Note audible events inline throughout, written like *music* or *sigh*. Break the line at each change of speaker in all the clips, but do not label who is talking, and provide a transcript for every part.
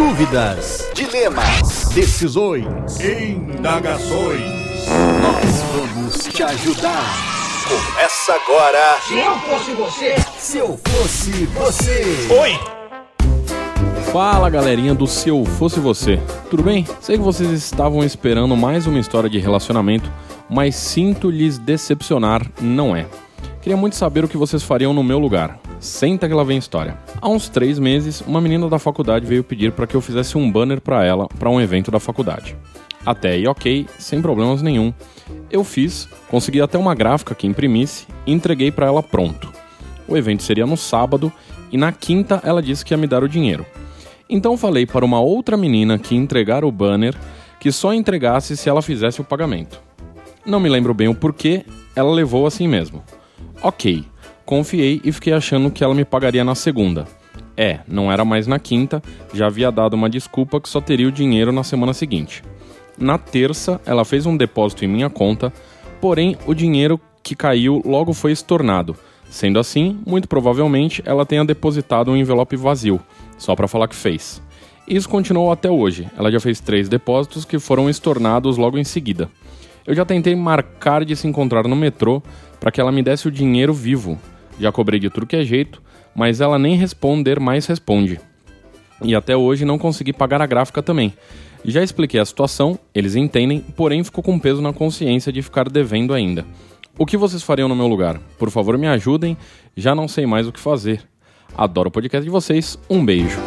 Dúvidas,
dilemas,
decisões.
indagações.
Nós vamos te ajudar.
Começa agora.
Se eu fosse você.
Oi!
Fala galerinha do Se Eu Fosse Você, tudo bem? Sei que vocês estavam esperando mais uma história de relacionamento, mas sinto lhes decepcionar, não é. Queria muito saber o que vocês fariam no meu lugar. Senta que lá vem a história. Há uns três meses, uma menina da faculdade veio pedir para que eu fizesse um banner para ela para um evento da faculdade. Até aí, ok, sem problemas nenhum. Eu fiz, consegui até uma gráfica que imprimisse e entreguei para ela pronto. O evento seria no sábado e na quinta ela disse que ia me dar o dinheiro. Então falei para uma outra menina que entregara o banner que só entregasse se ela fizesse o pagamento. Não me lembro bem o porquê, ela levou assim mesmo. Ok, confiei e fiquei achando que ela me pagaria na segunda. É, não era mais na quinta, já havia dado uma desculpa que só teria o dinheiro na semana seguinte. Na terça, ela fez um depósito em minha conta, porém o dinheiro que caiu logo foi estornado. Sendo assim, muito provavelmente ela tenha depositado um envelope vazio, só para falar que fez. Isso continuou até hoje. Ela já fez três depósitos que foram estornados logo em seguida. Eu já tentei marcar de se encontrar no metrô para que ela me desse o dinheiro vivo. Já cobrei de tudo que é jeito, mas ela nem responder mais responde e até hoje não consegui pagar a gráfica também. Já expliquei a situação, eles entendem, porém ficou com peso na consciência de ficar devendo ainda. O que vocês fariam no meu lugar? Por favor, me ajudem, já não sei mais o que fazer. Adoro o podcast de vocês, um beijo.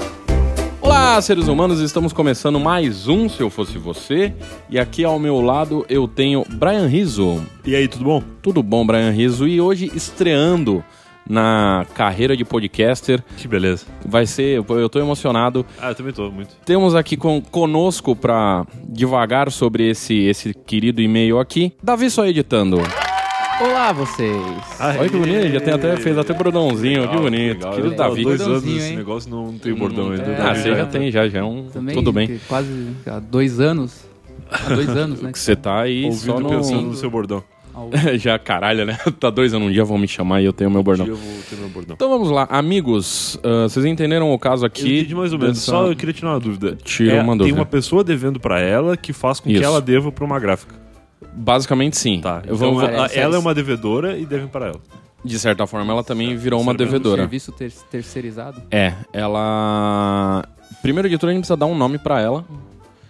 Olá, seres humanos, estamos começando mais um Se Eu Fosse Você, e aqui ao meu lado eu tenho Brian Rizzo.
E aí, tudo bom?
Tudo bom, Brian Rizzo? E hoje estreando na carreira de podcaster,
Que beleza.
vai ser, eu tô emocionado,
Ah, eu também tô, muito.
Temos aqui com, conosco para divagar sobre esse, esse querido e-mail aqui, Davi só editando.
Olá, vocês!
Ai,
Olha que bonito, ele já tem até, fez até bordãozinho, que bonito. querido Davi.
dois anos
Bordãozinho,
nesse
hein?
negócio não tem bordão ainda.
Ah, você já tem, já, já é um.
Também
Tudo bem.
que Quase há dois anos. Há
*laughs*
dois anos, né?
Que Você tá aí só
Ouvindo
no...
pensando no seu bordão.
*laughs* já, caralho, né? Tá dois anos, um dia vão me chamar e eu tenho meu
Um
bordão.
dia eu vou ter meu bordão.
Então vamos lá, amigos, ah, vocês entenderam o caso
Eu
aqui?
entendi mais ou menos,
dessa-
só eu queria tirar uma dúvida. É,
Tira uma
Tem
dúvida.
uma pessoa devendo pra ela que faz com
Isso.
que ela deva pra uma gráfica.
Basicamente sim.
Tá.
Eu
então
vou- ah,
ela,
parece
ela é
isso.
uma devedora e devem pra ela.
De certa forma, ela também virou uma
Será mesmo?
devedora.
Serviço ter- terceirizado.
É, ela. Primeiro de tudo, a gente precisa dar um nome pra ela,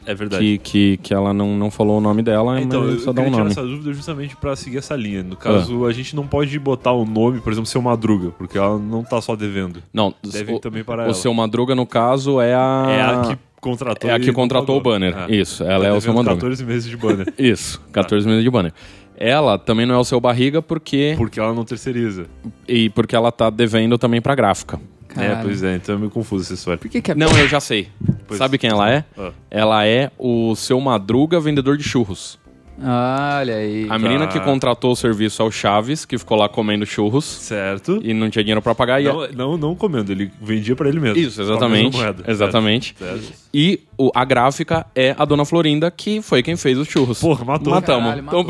É verdade.
que, que, que ela não, não falou o nome dela,
Então, eu
mas a gente precisa dar um
queria tirar
nome.
essa dúvida justamente pra seguir essa linha. No caso, a gente não pode botar o nome, por exemplo, seu Madruga, porque ela não tá só devendo.
Não,
Deve
o,
também para
o
ela.
seu Madruga, no caso, é a.
É a que contratou
é a
e
que
não
contratou o
pagou.
banner.
Ah.
Isso, ela é o seu
devendo
Madruga.
14 meses de
*laughs*
banner.
Isso, 14 meses de banner. Ela também não é o seu barriga porque.
porque ela não terceiriza. né?
E porque ela tá devendo também pra gráfica.
É,
Caralho.
pois é, então eu me confuso essa história.
Por que, que a
Não, eu já sei.
Pois-
Sabe quem ela é?
Ah.
Ela é o seu Madruga, vendedor de churros.
Ah, Olha aí.
A menina
Ah.
que contratou o serviço é o Chaves, que ficou lá comendo churros
Certo.
e não tinha dinheiro pra pagar. e
Não, é não, não comendo, ele vendia pra ele mesmo.
Isso, exatamente.
Com a mesma moeda.
Exatamente.
Certo, certo.
E o- a gráfica é a Dona Florinda, que foi quem fez os churros.
Porra, matou.
Matamos.
Caralho,
então
matou.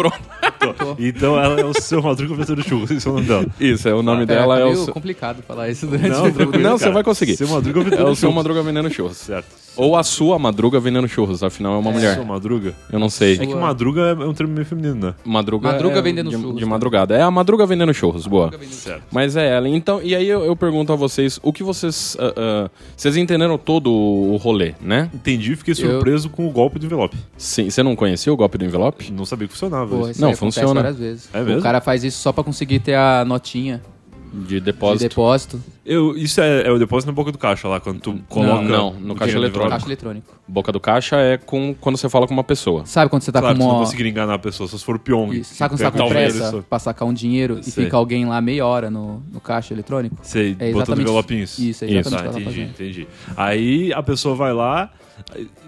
pronto.
Então ela é o seu Madruga vendedor de churros, esse é o nome dela.
Isso, é o nome
É,
dela
tá
é o.
meio
seu-
complicado falar isso durante o
tranquilo,
*laughs* Não, você
cara.
vai conseguir.
Seu Madruga
É
vendedor
o
de
seu
churros.
Madruga vendendo churros.
Certo.
Ou a sua Madruga vendendo churros, afinal é uma mulher.
Seu Madruga?
Eu não sei.
É que Madruga é um termo meio feminino, né?
Madruga,
Madruga
é
vendendo
de,
churros,
De
né?
madrugada. É a Madruga vendendo churros, boa.
Certo.
Mas é ela. Então, e aí eu, eu pergunto a vocês, o que vocês. ah, ah, vocês entenderam todo o rolê, né?
Entendi, fiquei surpreso com o golpe do envelope.
Sim, você não conhecia o golpe do envelope?
Não sabia que funcionava.
Porra,
isso.
isso
Não,
aí acontece
funciona.
várias vezes.
É mesmo?
O cara faz isso só pra conseguir ter a notinha
De depósito.
de depósito.
Eu, isso é, é o depósito na boca do caixa lá, quando tu coloca.
não, no caixa
dinheiro
eletrônico.
Caixa eletrônico.
Boca do caixa é com, quando você fala com uma pessoa.
Sabe quando você tá
Claro,
com
você não
uma...
conseguir enganar a pessoa, só se for o Pyong.
Isso. Sabe quando você tá com
Talvez
pressa
isso.
pra sacar um dinheiro e
Sei.
fica alguém lá meia hora no, no caixa eletrônico?
Sei,
É
botando
exatamente
envelopinhos.
Isso, é
Isso.
exatamente
Tá,
o que ela tá
entendi,
fazendo.
entendi. Aí a pessoa vai lá,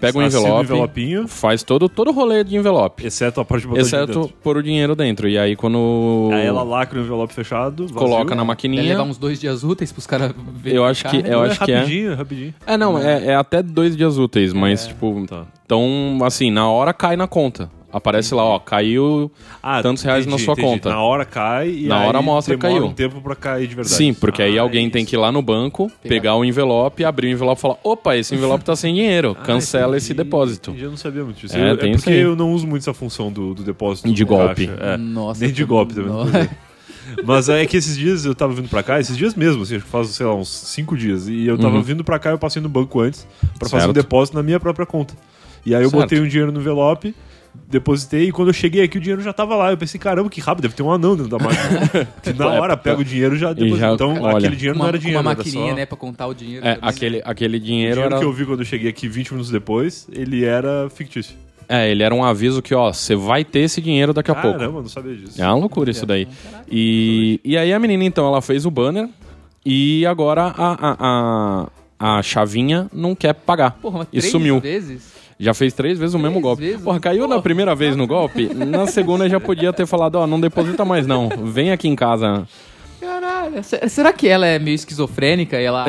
Pega um
assina o
envelope,
envelopinho,
faz todo todo o rolê de envelope,
exceto a parte de botar de
exceto
dentro.
pôr o dinheiro dentro. E aí quando
Aí ela lacra o envelope fechado, vazio.
coloca na
Deve
maquininha,
levar uns dois dias úteis pros caras verem.
eu acho que
Cara,
eu
É
acho que é.
rapidinho, rapidinho.
É não, é, é até dois dias úteis, mas tipo,
Né? Tá.
então assim na hora cai na conta. Aparece lá, ó, caiu
Ah,
tantos reais na
entendi,
sua
entendi.
conta.
Na hora cai e
Na
aí
hora mostra que
demora
caiu.
um tempo pra cair de verdade.
Sim, porque aí
Ah,
alguém
é
tem
isso.
que ir lá no banco, pegar o envelope, abrir o envelope e falar: opa, esse envelope tá sem dinheiro,
Ah,
cancela
entendi,
esse depósito.
entendi, eu não sabia muito disso.
É,
eu,
tem
é
isso
porque
aí.
eu não uso muito essa função do, do depósito.
De
no
golpe.
caixa, é.
Nossa, tá
Nem de
tô-
golpe também. não
no-
uso. Mas é que esses dias eu tava vindo pra cá, esses dias mesmo, assim, acho que faz, sei lá, uns cinco dias. E eu tava
Uhum.
vindo pra cá, eu passei no banco antes pra fazer um
Certo.
depósito na minha própria conta. E aí eu
Certo.
botei um dinheiro no envelope, depositei, e quando eu cheguei aqui o dinheiro já tava lá. Eu pensei, caramba, que rápido, deve ter um anão dentro da
*laughs*
máquina. que na hora pega o dinheiro já deposita.
é já-
então
olha.
aquele dinheiro
*laughs* uma,
não era dinheiro,
uma
era
maquininha,
só...
né, pra contar o dinheiro.
É,
também, né?
aquele, aquele
O
dinheiro
dinheiro
era.
que eu vi quando eu cheguei aqui 20 minutos depois, ele era fictício.
É, ele era um aviso que, ó, você vai ter esse dinheiro daqui a pouco.
Caramba, não sabia disso.
É uma loucura isso daí. E, e aí a menina, então, ela fez o banner e agora a, a, a, a chavinha não quer pagar.
Porra, mas
e
três
sumiu.
vezes?
Já fez três vezes o mesmo
Três
golpe.
vezes?
Porra, caiu na
Porra.
primeira vez no golpe, na segunda já podia ter falado, ó, não deposita mais não, vem aqui em casa.
Caralho, se- será que ela é meio esquizofrênica e
*laughs*
ela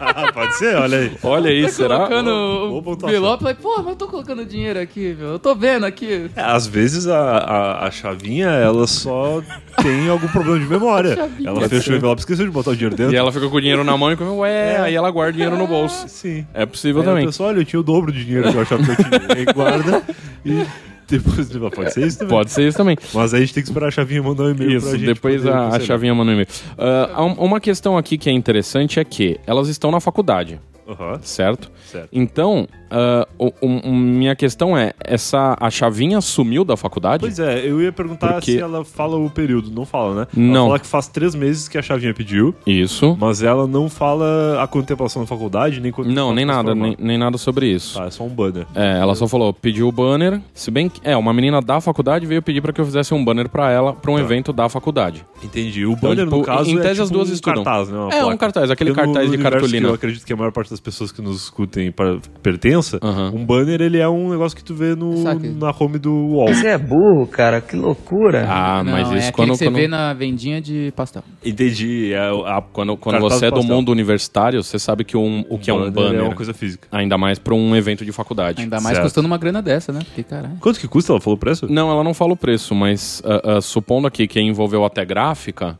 Ah, pode ser, olha aí.
Olha aí,
tá
será?
colocando
Boa
o
pontuação.
envelope e pô, mas eu tô colocando dinheiro aqui, meu. Eu tô vendo aqui.
É, Às vezes a, a, a chavinha, ela só tem algum problema de memória.
chavinha.
Ela fechou o envelope e esqueceu de botar o dinheiro dentro.
E ela fica com o dinheiro na mão e come, ué,
É.
aí ela guarda o dinheiro no bolso.
Sim.
É possível
Aí a
também.
pessoa, olha, eu tinha o dobro de dinheiro que eu achava que eu tinha. Aí guarda e depois... Pode ser isso também.
Pode ser isso também.
*laughs*
Mas aí a gente tem que esperar a chavinha mandar um e-mail
Isso,
pra gente.
depois
poder
a, a
conselhar.
chavinha manda um e-mail. Ah, há um- uma questão aqui que é interessante é que elas estão na faculdade,
Aham,
certo?
certo.
Então, ah, o- o- o- minha questão é, essa a chavinha sumiu da faculdade?
Pois é, eu ia perguntar
Porque-
se ela fala o período. Não fala, né?
Não.
Ela fala que faz três meses que a chavinha pediu,
Isso.
mas ela não fala a contemplação da faculdade, nem quando
Não, nem
quando se
nada,
formar.
nem, nem nada sobre isso.
Tá, é só um banner.
É, ela só falou, pediu o banner, se bem que... É, uma menina da faculdade veio pedir pra que eu fizesse um banner pra ela, pra um
Tá.
evento da faculdade.
Entendi. O banner,
tipo,
no caso,
em
é
tese
tipo
as duas
um
estudam.
cartaz, né? Uma
É, um
placa.
cartaz, aquele
Porque no-
cartaz
no
de
universo
cartolina.
que Eu acredito que a maior parte das pessoas que nos escutem para- pertença.
Aham.
Um banner, ele é um negócio que tu vê no,
Saca.
na home do UOL.
Você é burro, cara, que loucura.
Ah,
Não,
mas
é
isso
aquele
quando...
que você
quando...
vê na vendinha de pastel.
Entendi. É, a-
Quando, quando
Cartaz
você é do
pastel.
mundo universitário, você sabe que um, o que é um banner.
É uma coisa física.
Ainda mais pra um evento de faculdade.
Ainda mais
Certo.
custando uma grana dessa, né? Porque caralho.
Quanto que custa? Ela falou o preço?
Não, ela não fala o preço, mas ah, ah, supondo aqui que envolveu até gráfica,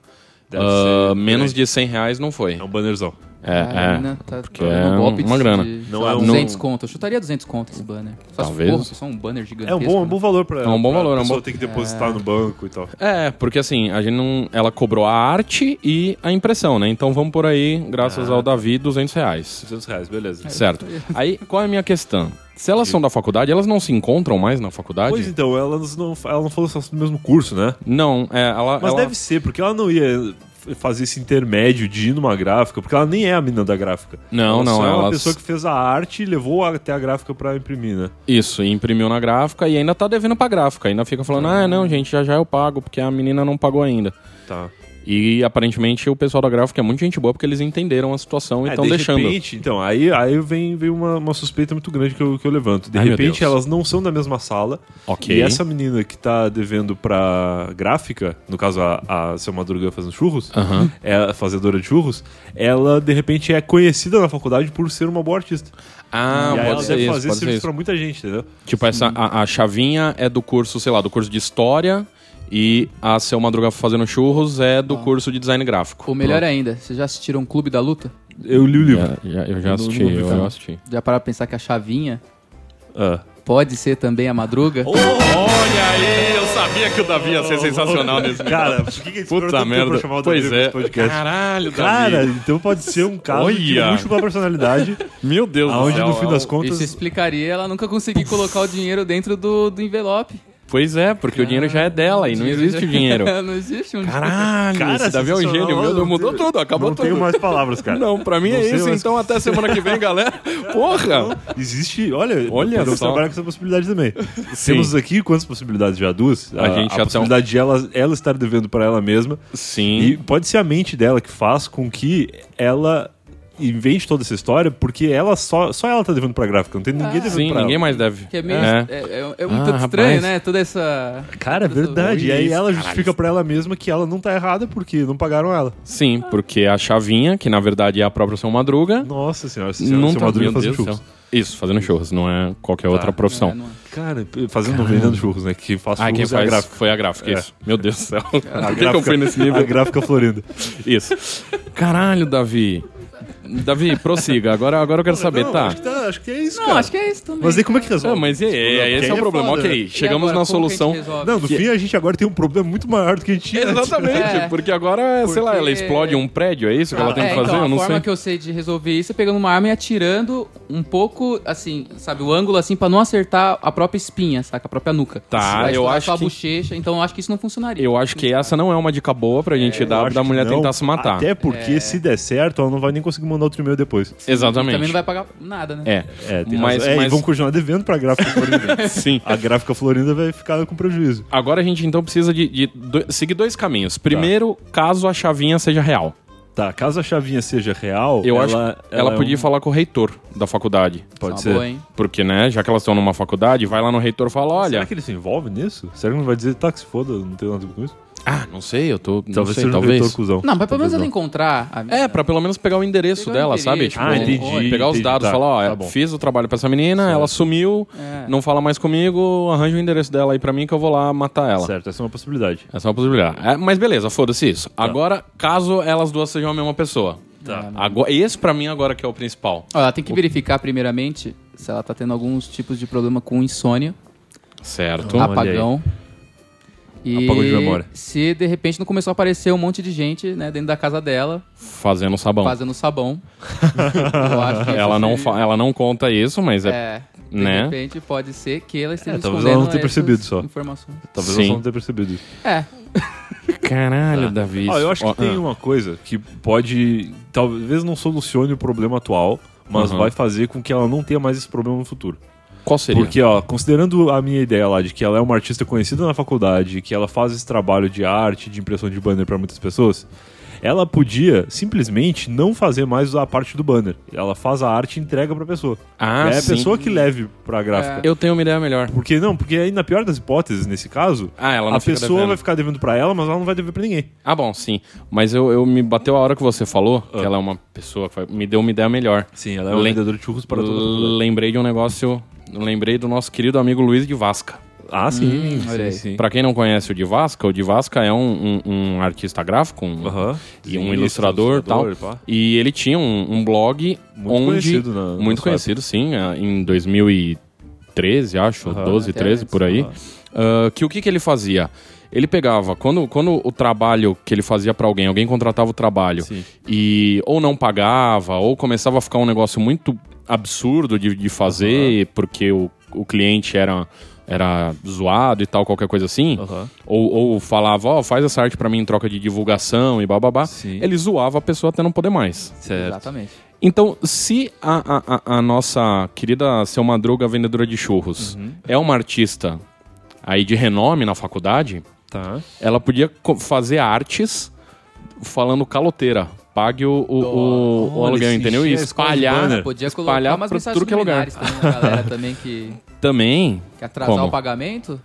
Deve
ah,
ser
menos
grande.
de 100 reais não foi.
É um bannerzão.
É,
a
é.
menina tá
porque
dando
é uma
de-
grana.
de,
Não
sei
é
lá,
um-
200 conto. Eu chutaria 200 conto esse banner. Só se,
Talvez.
Porra, só um banner gigantesco.
É um bom, é um bom valor pra
É um bom
pra
valor, é um
pessoa
bom-
ter que depositar no banco e tal.
É, porque assim, a gente não. Ela cobrou a arte e a impressão, né? Então vamos por aí,
Ah.
graças ao Davi, 200 reais.
200 reais, beleza.
Certo. Aí, qual é a minha questão? Se elas são da faculdade, elas não se encontram mais na faculdade?
Pois então, ela não, ela não falou só do mesmo curso, né?
Não, é, ela.
Mas
ela-
deve ser, porque ela não ia f- fazer esse intermédio de ir numa gráfica, porque ela nem é a mina da gráfica.
Não,
ela
não,
Só é uma
elas-
pessoa que fez a arte e levou até a gráfica pra imprimir, né?
Isso, e imprimiu na gráfica e ainda tá devendo pra gráfica. Ainda fica falando, ah, não, gente, já já eu pago, porque a menina não pagou ainda.
Tá.
E aparentemente o pessoal da gráfica é muito gente boa porque eles entenderam a situação e
É,
estão
de
deixando.
Repente, então, aí, aí vem, vem uma, uma suspeita muito grande que eu, que eu levanto. De
Ai, meu
repente,
Deus.
elas não são da mesma sala.
Ok.
E essa menina que tá devendo pra gráfica, no caso a, a Seu Madruga fazendo churros,
Aham.
é a fazedora de churros, ela de repente é conhecida na faculdade por ser uma boa artista.
Ah,
e aí ela
pode ser
deve
isso,
fazer
pode ser
serviço
isso.
pra muita gente, entendeu?
Tipo, essa, a, a chavinha é do curso, sei lá, do curso de história e a Seu Madruga fazendo churros é do curso de design gráfico.
Ou melhor ainda, vocês já assistiram Clube da Luta?
Eu li o livro.
Já- já- eu já
Não-
assisti,
não vi,
eu,
cara.
eu assisti.
Já pararam pra pensar que a chavinha
É.
Ah.
pode ser também a madruga?
Olha aí, eu sabia que o Davi ia ser sensacional *laughs* nesse
Cara, por que que a gente esperou
Puta
tanto tempo pra
merda.
chamar o Davi
Pois
pra
é.
esse podcast?
Caralho, Davi.
Cara, então pode ser um caso de
Olha.
múltipla personalidade,
*laughs* meu Deus do
aonde
céu.
no fim
é
das
um-
Isso
contas...
explicaria ela nunca conseguir colocar o dinheiro dentro do, do envelope.
Pois é, porque o dinheiro já é dela e não existe *laughs* dinheiro.
*laughs* não existe um
Caralho,
Cara,
esse Davi é um
sensacional.
gênio, meu Deus, mudou tudo, acabou
não
tudo.
tenho mais palavras, cara.
Não, pra mim
Não
é
sei,
isso,
mas-
então até semana que
*laughs*
vem, galera. Porra!
Existe, olha,
Olha
podemos
só.
trabalhar com essa possibilidade também.
Sim.
Temos aqui quantas possibilidades já? Duas?
A gente já tá-
possibilidade de ela, ela estar devendo pra ela mesma.
Sim.
E pode ser a mente dela que faz com que ela invente toda essa história porque ela só, só ela tá devendo pra gráfica, não tem ninguém devendo
Ah, Sim,
pra
ninguém
ela.
mais deve.
Que é meio.
É.
É, é- é um
Ah,
tanto estranho,
rapaz.
né? Toda essa.
Cara, é verdade. E aí ela justifica pra ela mesma que ela não tá errada porque não pagaram ela.
Sim, porque a chavinha, que na verdade é a própria São Madruga,
Nossa senhora, se
não
seu
tá...
madruga
Meu
fazendo Tá.
Deus do
churros.
céu. Isso, fazendo churras, não é qualquer outra profissão.
É, não-
Cara, fazendo não vendendo churros, né? Quem faz
Ah,
churros
quem
é a
faz
gráfica.
foi a gráfica,
É.
isso. Meu Deus do céu. Por
*laughs* A
que, que eu fui nesse nível?
A gráfica é florinda.
Isso. Caralho, Davi. Davi, prossiga. Agora, agora eu quero saber,
Não,
tá?
Acho que, tá- acho que é isso,
Não,
cara.
acho que é isso também.
Mas aí como é que
Ah,
resolve?
mas e aí?
problema?
Esse é o
Ok, é
problema,
foda,
ok.
né?
E
Chegamos
agora, como
na
que a gente
solução.
resolve?
Não, no fim a gente agora tem um problema muito maior do que a gente tinha. antes.
*laughs* Exatamente,
É.
porque agora, sei lá, ela
Porque-
explode um prédio, é isso que ela tem
É,
que fazer?
então,
eu
a
não
forma
sei.
que eu sei de resolver isso é pegando uma arma e atirando um pouco, assim, sabe, o ângulo, assim, pra não acertar a própria espinha, saca? A própria nuca.
Tá,
Isso vai
eu
estourar
acho
só a
que-
bochecha, então eu acho que isso não funcionaria.
Eu acho que essa não é uma dica boa pra gente
Eu
dar
acho
da
que
mulher
não,
tentar se matar.
Até porque se der certo, ela não vai nem conseguir mandar outro e-mail depois.
Exatamente.
Também não vai pagar nada, né?
É.
É, tem
mas,
razão. É, e
mas...
vão continuar devendo pra gráfica florinda.
*laughs* Sim.
a gráfica florinda vai ficar com prejuízo.
Agora a gente então precisa de, de do- seguir dois caminhos. Primeiro, caso a chavinha seja real.
Tá, caso a chavinha seja real,
Eu
ela,
acho que ela,
é
podia
um-
falar com o reitor da faculdade.
Tá
Pode ser.
boa, hein?
Porque, né, já que elas estão numa faculdade, vai lá no reitor e fala,
Será
olha...
que ele se envolve nisso? Será que não vai dizer, tá, que se foda, não tem nada a ver com isso?
Ah, não sei, eu tô...
Talvez
não
seja
sei,
um
talvez.
diretor cuzão.
Não, mas pelo
Talvez
menos ela
não.
encontrar a
É, pra pelo menos pegar o endereço
Pegar o
dela,
endereço,
sabe? Tipo,
Ah, entendi,
Pegar os
entendi,
dados,
tá,
falar, ó, é,
tá bom.
fiz o trabalho pra essa menina, ela sumiu,
É.
não fala mais comigo, arranja o endereço dela aí pra mim que eu vou lá matar ela.
Certo, essa é uma possibilidade.
Essa é uma possibilidade. É, mas beleza, foda-se isso. Agora, caso elas duas sejam a mesma pessoa. É,
Tá.
Agora, esse pra mim agora que é o principal.
Ó, Ela tem que verificar primeiramente se ela tá tendo alguns tipos de problema com insônia,
Certo.
Olha
apagão. E
Apagão de memória.
se de repente não começou a aparecer um monte de gente, né, dentro da casa dela,
Fazendo sabão.
*laughs*
fazendo sabão. Eu acho que isso
Ela não,
assim.
seria-
fa- ela não conta isso, mas é.
É, de
Né?
repente pode ser que ela esteja
É, talvez
escondendo
ela não tenha
essas
percebido só.
informações.
Talvez
Sim.
eu só não tenha percebido isso.
É,
Caralho, Davi.
Tá. Ó, eu acho que
isso- ó,
tem
ah.
uma coisa que pode. Talvez não solucione o problema atual, mas
Uhum.
vai fazer com que ela não tenha mais esse problema no futuro.
Qual seria?
um Porque, ó, considerando a minha ideia lá de que ela é uma artista conhecida na faculdade, que ela faz esse trabalho de arte, de impressão de banner pra muitas pessoas, ela podia simplesmente não fazer mais a parte do banner. Ela faz a arte e entrega pra pessoa.
Ah,
é a
sim. É.
pessoa que leve pra gráfica.
Eu tenho uma ideia melhor.
Porque não, porque aí na pior das hipóteses, nesse caso,
Ah, ela não
a
fica
pessoa
devendo.
vai ficar devendo pra ela, mas ela não vai dever pra ninguém.
Ah, bom, sim. Mas eu, eu me bateu a hora que você falou,
Ah.
que ela é uma pessoa que vai- me deu uma ideia melhor.
Sim, ela
é uma vendedora
de churros
Lembrei de um negócio. Lembrei do nosso querido amigo Luiz de Vasca.
Ah, sim,
olha
sim,
aí.
sim.
Pra quem não conhece o de Vasca, o de Vasca é um, um- um artista gráfico um-
Aham.
e um
Sim,
ilustrador e tal.
pá.
E ele tinha um, um blog
Muito
onde.
conhecido na- na
muito
sua
conhecido, sim, ah, em 2013, acho,
Aham.
12,
Até
13 por aí.
Aham.
Ah, que o que, que ele fazia? Ele pegava, quando, quando o trabalho que ele fazia pra alguém, alguém contratava o trabalho
Sim.
e ou não pagava, ou começava a ficar um negócio muito absurdo de, de fazer, porque o, o cliente era, era zoado e tal, qualquer coisa assim.
Aham.
Ou, ou falava, ó, faz essa arte pra mim em troca de divulgação e bababá.
Sim.
Ele zoava a pessoa até não poder mais.
exatamente.
Então, se a, a- a- a nossa querida Seu Madruga, vendedora de churros,
Uhum.
é uma artista aí de renome na faculdade,
Tá.
ela podia co- fazer artes falando caloteira. Pague o, o, o- o
Olha,
aluguel,
esse
entendeu? E
gesto de
espalhar
banner.
Podia
Espalhar
colocar umas
pra
mensagens
tudo que é lugar.
subliminares também na galera também que,
também.
que atrasar
Como?
o pagamento.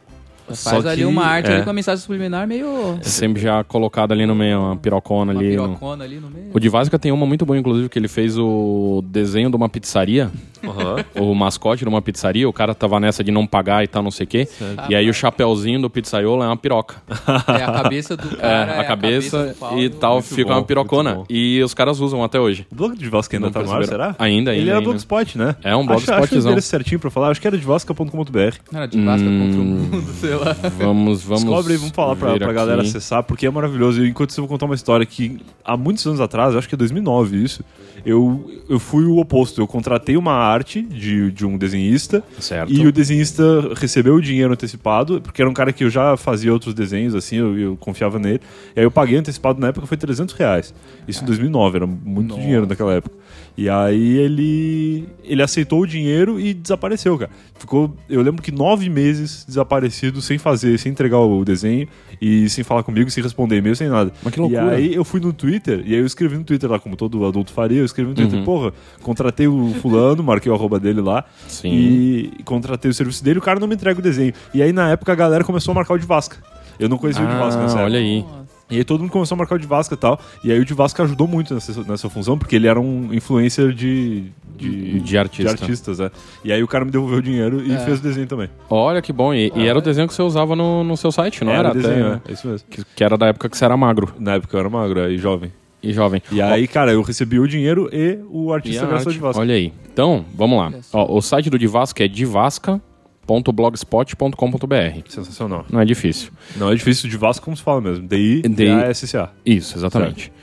Faz
Só que-
ali uma arte
é.
ali com uma mensagem subliminar meio
É Sempre já colocado ali no meio, uma pirocona
uma
ali. no-
pirocona ali no meio.
O de Vasca tem uma muito boa, inclusive, que ele fez o desenho de uma pizzaria. *laughs* o mascote de uma pizzaria. O cara tava nessa de não pagar e tal, não sei o quê. E aí o chapéuzinho do pizzaiolo é uma piroca.
É a cabeça do
*laughs* É,
cara. é
a cabeça
do pau
e tá.
o-
tal
Muito
fica
bom,
uma pirocona.
muito bom.
E os caras usam até hoje.
O blog de Vasca ainda
Não
tá no ar,
perceberam?
será?
Ainda,
Ele
ainda,
era
ainda.
blogspot, né?
É um
Acho- Acho, o
blogspotzão.
endereço certinho pra falar. Acho que era de vasca.com.br.
Era de Vasca contra
Hum.
o mundo, *laughs* sei lá.
Vamos, vamos.
Descobre aí, vamos falar pra,
ver
pra
aqui.
galera acessar, porque é maravilhoso. E enquanto isso, eu vou contar uma história que há muitos anos atrás, eu acho que é 2009 isso, eu, eu fui o oposto. Eu contratei uma arte de, de um desenhista.
Certo.
E o desenhista recebeu o dinheiro antecipado, porque era um cara que eu já fazia outros desenhos, assim, eu, eu confiava nele. E aí eu paguei antecipado na época, foi 300 reais. Isso em 2009, era muito dinheiro naquela época. E aí ele ele aceitou o dinheiro e desapareceu, cara. Ficou, eu lembro que nove meses desaparecido, sem fazer, sem entregar o desenho e sem falar comigo, sem responder e-mail, sem nada.
Mas que loucura.
E aí eu fui no Twitter, e aí eu escrevi no Twitter lá, como todo adulto faria, eu escrevi no Twitter,
Uhum.
porra, contratei o fulano, marquei o arroba dele lá,
Sim.
e contratei o serviço dele, o cara não me entrega o desenho. E aí na época a galera começou a marcar o de Vasca. Eu não conhecia o de né, Vasca nessa
Ah,
época.
olha aí.
E aí todo mundo começou a marcar o de Vasca e tal. E aí o de Vasca ajudou muito nessa, nessa função, porque ele era um influencer de. De,
De artista.
artistas, é. E aí o cara me devolveu o dinheiro e fez o desenho também.
Olha que bom. E, e era o desenho que você usava no, no seu site, não era?
Ah. o
até,
desenho,
né?
é. É isso mesmo.
que, que era da época que você era magro
Na época eu era magro aí jovem.
e jovem.
E
Ó,
aí, cara, eu recebi o dinheiro e o
e a
artista versão
arte?
de Vasca.
Olha aí. Então, vamos lá. Ó, o site do Divasca é divasca.blogspot.com.br.
Sensacional.
Não é difícil.
Não, é difícil de Vasca como se fala mesmo. DI,
DI.
DASSA.
Isso, exatamente. Ah,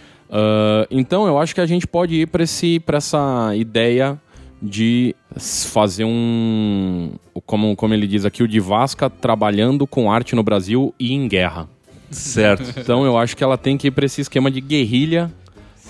então, eu acho que a gente pode ir para essa ideia de s- fazer um. Como, como ele diz aqui, o Divasca trabalhando com arte no Brasil e em guerra.
Certo.
Então, eu acho que ela tem que ir para esse esquema de guerrilha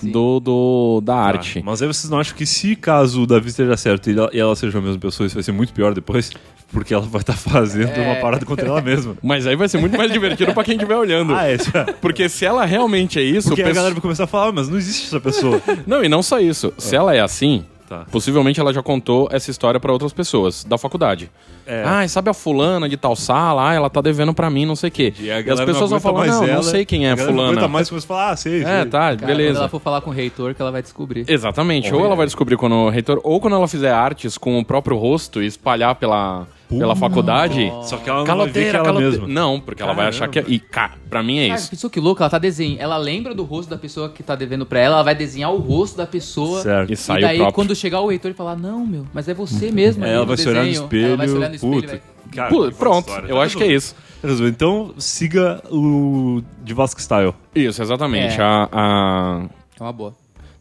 do, do- da arte.
*laughs* Ah, mas aí vocês não acham que se caso o Davi esteja certo e ela, e ela seja a mesma pessoa, isso vai ser muito pior depois? Porque ela vai estar fazendo uma parada contra ela mesma.
Mas aí vai ser muito mais *laughs* divertido pra quem estiver olhando.
Ah, é, isso é.
Porque se ela realmente é isso,
Porque
o
a
pesso-
galera vai começar a falar, "Ah, mas não existe essa pessoa.
Não, e não só isso. Se ela é assim,
Tá.
possivelmente ela já contou essa história pra outras pessoas da faculdade.
É.
Ah, sabe a fulana de tal sala? Ah, ela tá devendo pra mim, não sei o quê. E, as
galera
pessoas vão
aguenta
falar,
mais
não, não
ela,
sei quem
a
é
galera Não
fulana.
aguenta mais começa a falar, ah, sei.
É,
sei."
tá,
Cara, Quando
beleza.
ela for falar com o reitor, que ela vai descobrir.
Exatamente. Ou ela vai descobrir quando o reitor, ou quando ela fizer artes com o próprio rosto e espalhar pela, pela faculdade.
Só que ela não vai ver que
Caloteira,
é ela
caloteira.
mesma.
Não, porque ela vai achar que é. E, cara, pra mim é
Cara,
isso.
pensou que louco, ela tá desenhando. Ela lembra do rosto da pessoa que tá devendo pra ela, ela vai desenhar o rosto da pessoa.
Certo.
E sai
e
o
daí,
próprio.
quando chegar o reitor e falar, não, meu, mas é você mesmo.
É,
ali
ela
no
vai se olhar no
desenho."
espelho.
Ela vai se olhar no espelho e
puta.
vai...
Cara,
Pô,
que Tá boa
pronto,
história.
eu acho que é isso.
Resolvido. Então, siga o de Vasco Style.
Isso, exatamente.
É.
A, a
É uma boa.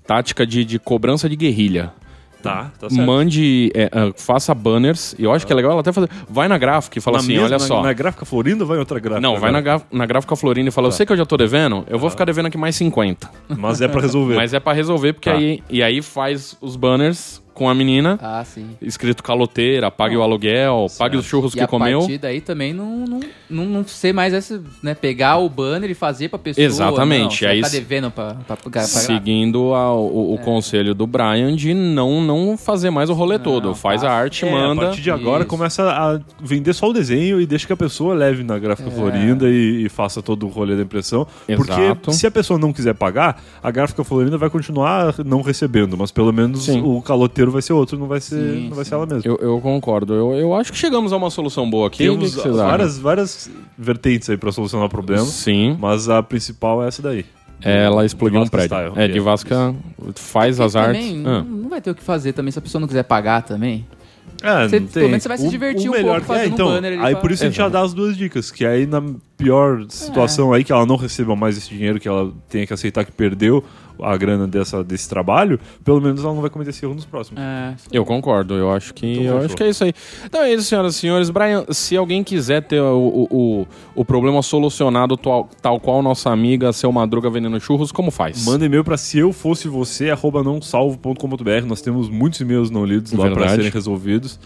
tática de, de cobrança de guerrilha.
Tá, tá
Mande, é, ah, faça banners, e eu acho que é legal ela até fazer. Vai na gráfica e fala assim:
mesma-
olha só.
Na né? gráfica Florinda ou vai em outra gráfica?
Não, vai na, gra- na gráfica Florinda e fala:
Tá.
eu sei que eu já tô devendo, eu vou ficar devendo aqui mais 50.
Mas é pra resolver. *laughs*
Mas é pra resolver, porque
Tá.
aí. E aí faz os banners com a menina,
Ah, sim.
escrito caloteira, pague o aluguel, pague os churros
Tá. E
que
a é
comeu.
partir daí também não, não, não, não ser mais essa, né? Pegar o banner e fazer pra pessoa.
Exatamente, é
Não, você
aí
tá
se-
devendo pra, pra, pra, É. pra
Seguindo a- o, o conselho do Brian de não, não fazer mais o rolê todo. Faz a arte,
É,
manda.
A partir de agora
Isso.
começa a vender só o desenho e deixa que a pessoa leve na gráfica Florinda e, e faça todo o rolê da impressão.
Exato.
Porque se a pessoa não quiser pagar, a gráfica Florinda vai continuar não recebendo, mas pelo menos
Sim.
o caloteiro vai ser outro, não vai ser, não vai ser ela mesma.
Eu, eu concordo. Eu, eu acho que chegamos a uma solução boa aqui.
Temos
O que que vocês acham?
várias, várias vertentes aí pra solucionar o problema,
Sim.
mas a principal é essa daí.
Ela explodiu um
Vasca
prédio.
style.
É, de Vasca faz as artes.
Também,
Ah.
Não vai ter o que fazer também se a pessoa não quiser pagar também.
É,
Você-
não tem.
pelo menos você vai se divertir um pouco fazendo um banner ali
é, então, Aí
pra-
por isso a gente já dá as duas dicas, que aí na pior
É.
situação aí que ela não receba mais esse dinheiro, que ela tenha que aceitar que perdeu a grana dessa, desse trabalho, pelo menos ela não vai cometer esse erro nos próximos.
É,
Eu concordo, eu acho que eu
fechou.
acho que é isso aí. Então é isso, senhoras e senhores. Brian, se alguém quiser ter o, o, o, o problema solucionado tal, tal qual nossa amiga Seu Madruga vendendo churros, como faz?
Manda e-mail pra se eu fosse você, arroba nãosalvo.com.br. Nós temos muitos e-mails não lidos lá pra
É Verdade.
serem resolvidos,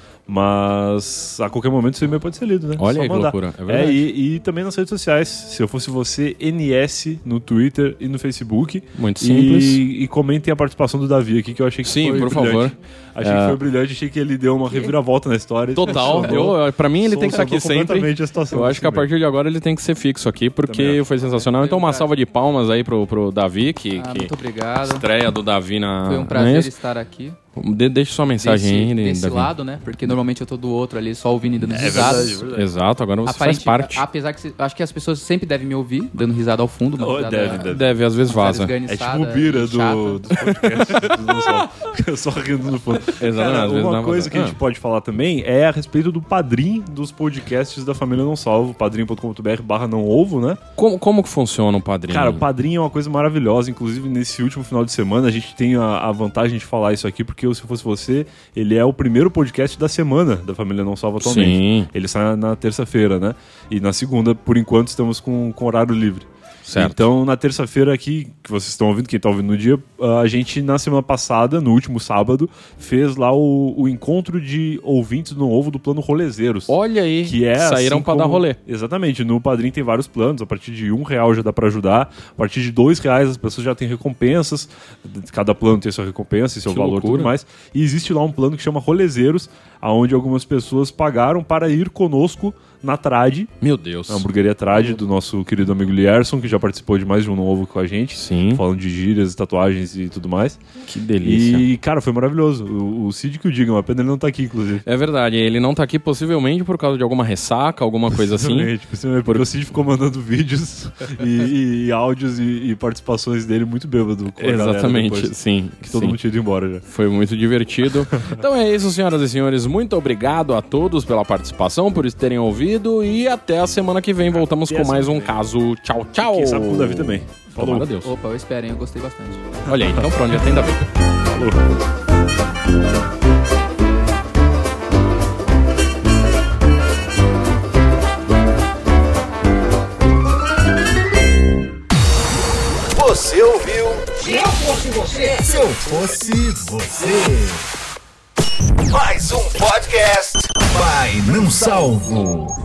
mas a qualquer momento seu e-mail pode ser lido, né?
Olha
Só
aí que
mandar.
loucura, é verdade.
e, e também nas redes sociais. Se eu fosse você, NS no Twitter e no Facebook.
Muito
E-
simples.
E, comentem a participação do Davi aqui, que eu achei que
Sim,
foi
por
brilhante.
favor.
Achei
É.
que foi brilhante, achei que ele deu uma reviravolta na história.
Total.
Solucionou-
Eu, pra mim ele tem que estar aqui
solucionou
sempre.
completamente a situação
Eu acho que a partir de agora ele tem que ser fixo aqui,
Também
porque
acho.
foi sensacional. Então uma salva de palmas aí pro, pro Davi, que,
um ah,
que- Ah,
muito obrigado.
estreia do Davi na...
Foi um
na
prazer
Expo.
estar aqui.
De, deixa sua mensagem
desse,
aí,
desse
Davi. É
lado, né? Porque normalmente eu tô do outro ali, só ouvindo e dando risadas.
Exato, agora você
Aparente-
faz parte.
a- Apesar que cê- acho que as pessoas sempre devem me ouvir, dando risada ao fundo, mas
Oh,
risada-
deve,
risada
deve.
Deve, às vezes vaza.
É
desganiçada
tipo o Bira
e chata.
do, dos podcasts. do Salvo. só *laughs* rindo no fundo.
Exatamente, às
Cara,
vezes dá
uma
uma
coisa
vazada.
que a
Ah.
gente pode falar também é a respeito do padrim dos podcasts da Família Não Salvo, padrim.com.br barra não ovo, né?
Como, como que funciona o padrinho?
Cara, o padrinho é uma coisa maravilhosa. Inclusive, nesse último final de semana, a gente tem a, a vantagem de falar isso aqui, porque o se fosse você, ele é o primeiro podcast da semana da Família Não Salva atualmente.
Sim.
Ele sai na terça-feira, né? E na segunda, por enquanto, estamos com, com horário livre.
Certo.
Então, na terça-feira aqui, que vocês estão ouvindo, quem está ouvindo no dia, a gente, na semana passada, no último sábado, fez lá o, o encontro de ouvintes no ovo do plano Rolezeiros.
Olha aí,
Que é
saíram
assim
pra dar
como-
rolê.
Exatamente. No Padrim tem vários planos. A partir de um real já dá pra ajudar. A partir de dois reais as pessoas já têm recompensas. Cada plano tem sua recompensa e seu
Que
valor e
loucura.
tudo mais. E existe lá um plano que chama Rolezeiros, aonde algumas pessoas pagaram para ir conosco na Trade,
Meu Deus.
na hamburgueria Trade do nosso querido amigo Lierson, que já participou de mais de um novo com a gente.
Sim.
Falando de gírias, tatuagens e tudo mais.
Que delícia.
E, cara, foi maravilhoso. O, o Cid que o diga, uma pena ele não tá aqui, inclusive.
É verdade, ele não tá aqui possivelmente por causa de alguma ressaca, alguma coisa assim.
Exatamente, principalmente porque o Cid ficou mandando vídeos e, e áudios e, e participações dele muito bêbado. Com a galera
Exatamente,
depois,
sim.
que todo
sim.
mundo tinha ido embora já.
Foi
*laughs*
muito divertido. então é isso, senhoras e senhores. Muito obrigado a todos pela participação, por terem ouvido e até a semana que vem voltamos
Até a
com mais um
semana
caso. Tchau, tchau.
Quem sabe com o Davi também. Falou.
Tomara Deus.
Opa, eu espero, hein? Eu gostei bastante.
Olha aí, então pra onde atenda bem.
Você ouviu?
Se eu fosse você, se eu fosse você,
Mais um podcast.
pai, não salvo.